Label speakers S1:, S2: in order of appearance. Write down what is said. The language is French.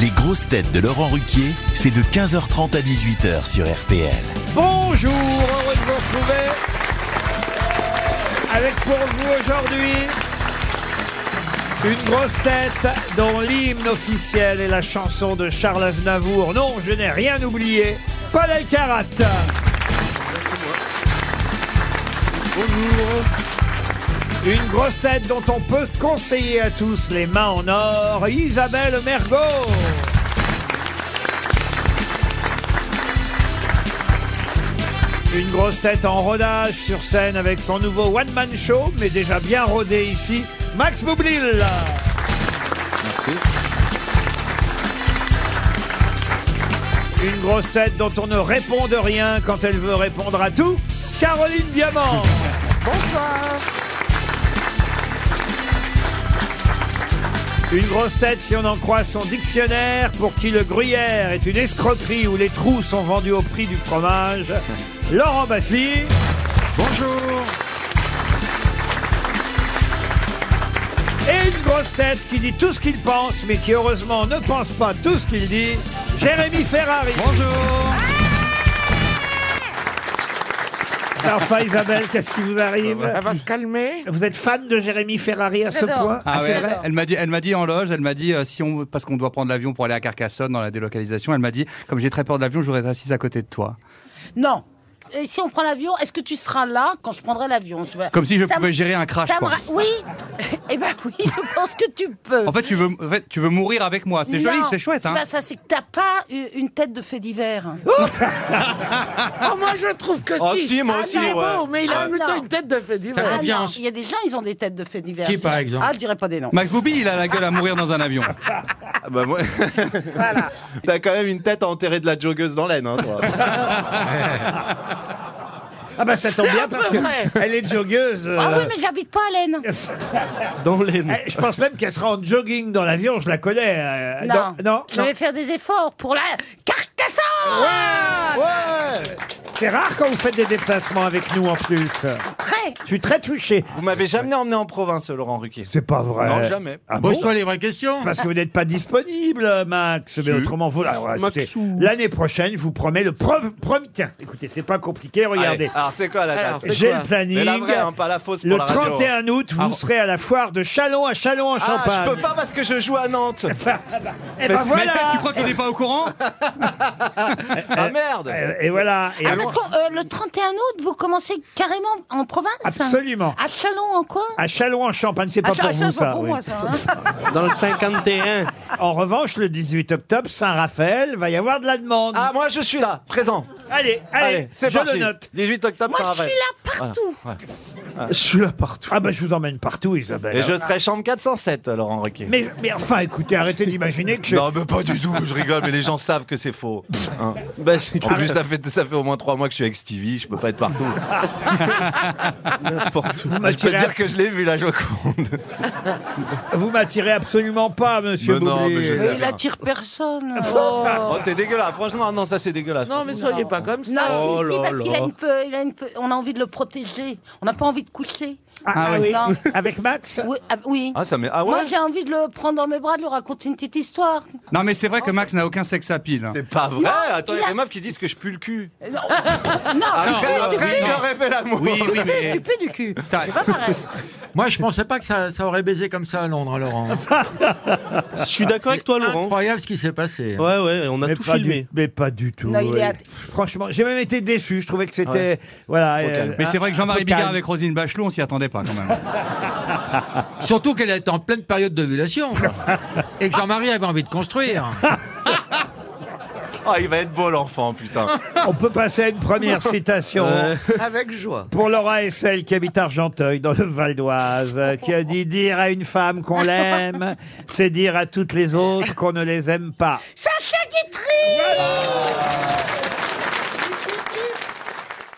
S1: Les grosses têtes de Laurent Ruquier, c'est de 15h30 à 18h sur RTL.
S2: Bonjour, heureux de vous retrouver. Avec pour vous aujourd'hui une grosse tête dont l'hymne officiel est la chanson de Charles Aznavour. Non, je n'ai rien oublié. Paul Elkarat. Bonjour. Une grosse tête dont on peut conseiller à tous les mains en or, Isabelle Mergot. Une grosse tête en rodage sur scène avec son nouveau one-man show, mais déjà bien rodé ici, Max Boublil. Une grosse tête dont on ne répond de rien quand elle veut répondre à tout, Caroline Diamant. Bonsoir. Une grosse tête, si on en croit son dictionnaire, pour qui le gruyère est une escroquerie où les trous sont vendus au prix du fromage. Laurent Baffy. Bonjour. Et une grosse tête qui dit tout ce qu'il pense, mais qui heureusement ne pense pas tout ce qu'il dit. Jérémy Ferrari. Bonjour. Enfin Isabelle, qu'est-ce qui vous arrive
S3: Elle va se calmer.
S2: Vous êtes fan de Jérémy Ferrari à ce
S3: J'adore.
S2: point
S4: Ah
S3: Ah,
S4: ouais,
S3: c'est vrai
S4: elle m'a dit, elle m'a dit en loge, elle m'a dit euh, si on parce qu'on doit prendre l'avion pour aller à Carcassonne dans la délocalisation, elle m'a dit comme j'ai très peur de l'avion, j'aurais assise à côté de toi.
S5: Non. Et si on prend l'avion, est-ce que tu seras là quand je prendrai l'avion tu vois
S4: Comme si je
S5: Ça
S4: pouvais
S5: me-
S4: gérer un crash.
S5: ça me
S4: quoi.
S5: ra- Oui Eh ben oui, je pense que tu peux.
S4: En fait, tu veux, en fait, tu veux mourir avec moi. C'est joli,
S5: Non.
S4: c'est chouette. Hein.
S5: Bah, ça, c'est que t'as pas eu une tête de fait divers.
S3: Oh, moi, je trouve que
S6: Oh,
S3: si.
S6: si, moi
S3: Ah,
S6: aussi,
S3: il est
S6: ouais.
S3: beau, mais il a
S5: Ah,
S3: plutôt
S5: non.
S3: une tête de fait divers.
S5: Ah
S7: bien.
S5: non, il y a des gens, ils ont des têtes de fait divers.
S7: Qui,
S5: Je
S7: par
S5: dirais-
S7: exemple
S5: Ah, je dirais pas des noms.
S4: Max Boublil, il a la gueule à mourir dans un avion.
S6: Ah bah moi. T'as quand même une tête à enterrer de la joggeuse dans l'aine, hein, toi.
S2: Ah bah ça tombe bien parce que
S3: vrai.
S2: elle est joggeuse. euh,
S5: Ah oui, mais j'habite pas à
S4: Euh,
S5: Laine.
S4: Dans les.
S2: eh, Je pense même qu'elle sera en jogging dans l'avion, je la connais. euh,
S5: Non.
S2: dans- non,
S5: Je
S2: non.
S5: vais faire des efforts pour la Carcassonne
S6: Ouais
S2: C'est rare quand vous faites des déplacements avec nous en plus.
S5: Très
S2: Je suis très touché.
S6: Vous m'avez jamais emmené en province, Laurent Ruquier.
S2: C'est pas vrai.
S6: Non, jamais.
S2: Ah bon
S7: Pose-toi les vraies questions.
S2: parce que vous n'êtes pas disponible, Max. Mais autrement, vous. alors, écoutez, L'année prochaine, je vous promets le pre- premier. Tiens, écoutez, c'est pas compliqué, regardez.
S6: Allez, alors c'est quoi la
S3: Alors,
S6: date
S3: c'est
S2: J'ai
S3: quoi
S2: le planning.
S6: Mais la vraie, hein, pas la fausse pour
S2: le
S6: la radio.
S2: 31 août, vous serez à la foire de Chalon à
S6: Ah,
S2: Chalon-en-Champagne.
S6: je peux pas parce que je joue à Nantes.
S2: Et ben
S4: Mais
S2: voilà.
S4: Eh, tu crois qu'on n'est pas au courant
S6: Ah merde
S2: Euh, Et voilà. Et
S5: Ah,
S2: alors-
S5: parce que euh, le 31 août, vous commencez carrément en province
S2: Absolument.
S5: À Chalon, en quoi
S4: Ah,
S2: À Châlons-en-Champagne, c'est pas
S5: Ah,
S2: pour
S5: ça,
S2: vous
S5: c'est pas
S2: ça.
S5: pour
S2: oui.
S5: moi, ça. hein.
S8: Dans le 51.
S2: En revanche, le 18 octobre, Saint-Raphaël, va y avoir de la demande.
S6: Ah, moi je suis là, présent.
S2: allez, allez,
S6: Allez, c'est
S2: je
S6: parti.
S2: le note.
S6: 18 octobre,
S5: Moi,
S6: ça
S5: Ah, je suis
S6: va.
S5: là partout.
S6: Je suis là partout.
S2: Ah bah je vous emmène partout, Isabelle.
S6: Et je serai chambre 407, Laurent Ruquier.
S2: mais, mais enfin, écoutez, arrêtez d'imaginer que je...
S6: Non, mais pas du tout, je rigole, mais les gens savent que c'est faux. hein.
S2: Bah,
S6: en plus, ça fait, ça fait au moins trois mois que je suis avec Stevie, je peux pas être partout.
S2: vous
S6: Je peux
S2: m'attirez,
S6: te dire que je l'ai vu, la Joconde.
S2: vous m'attirez absolument pas, monsieur
S6: Mais non,
S2: Boublil.
S6: mais je sais.
S5: Mais il attire personne.
S6: Oh, t'es dégueulasse, franchement, non, ça c'est dégueulasse.
S3: Non, mais soyez pas comme
S5: Non,
S3: ça.
S6: Oh
S5: si, si,
S6: là
S5: parce qu'il
S6: là.
S5: a une peu, il a une peu- on a envie de le protéger. On n'a pas envie de coucher.
S2: Ah, ah oui.
S5: Non.
S2: Avec Max
S5: Oui, ah, oui.
S6: Ah, ça m'est. Ah ouais
S5: Moi, j'ai envie de le prendre dans mes bras, de lui raconter une petite histoire.
S4: Non, mais c'est vrai que Max n'a aucun sexe à pile.
S6: C'est pas vrai Attends, il y a
S5: il a-
S6: des meufs qui disent que je pue le cul.
S5: Non,
S6: Ah, Après,
S5: non,
S6: après, j'aurais fait l'amour.
S4: Oui, oui,
S5: tu
S6: ah.
S4: mais.
S5: peux du cul.
S4: T'as-
S5: C'est pas pareil.
S7: Moi, je pensais pas que ça, ça aurait baisé comme ça à Londres, Laurent.
S8: Je suis d'accord avec toi, Laurent.
S7: Incroyable ce qui s'est passé.
S8: Ouais, ouais, on a
S2: Ah. mais
S8: tout
S2: pas,
S8: filmé.
S2: du, mais pas du tout.
S5: Non, il est
S2: ouais.
S5: athée.
S2: Franchement, j'ai même été déçu. Je trouvais que c'était. Voilà. euh,
S6: Trop calme.
S4: Mais c'est vrai que Jean-Marie Bigard
S2: avec
S4: avec Rosine Bachelot, on s'y attendait pas quand même.
S7: Surtout qu'elle était en pleine période d'ovulation. quoi. Et que Jean-Marie avait envie de construire.
S6: Oh, il va être beau l'enfant, putain.
S2: On peut passer à une première citation.
S3: Avec joie.
S2: Pour Laura Essel, qui habite Argenteuil, dans le Val d'Oise, euh, qui a dit Dire à une femme qu'on l'aime, c'est dire à toutes les autres qu'on ne les aime pas.
S5: Sacha Guitry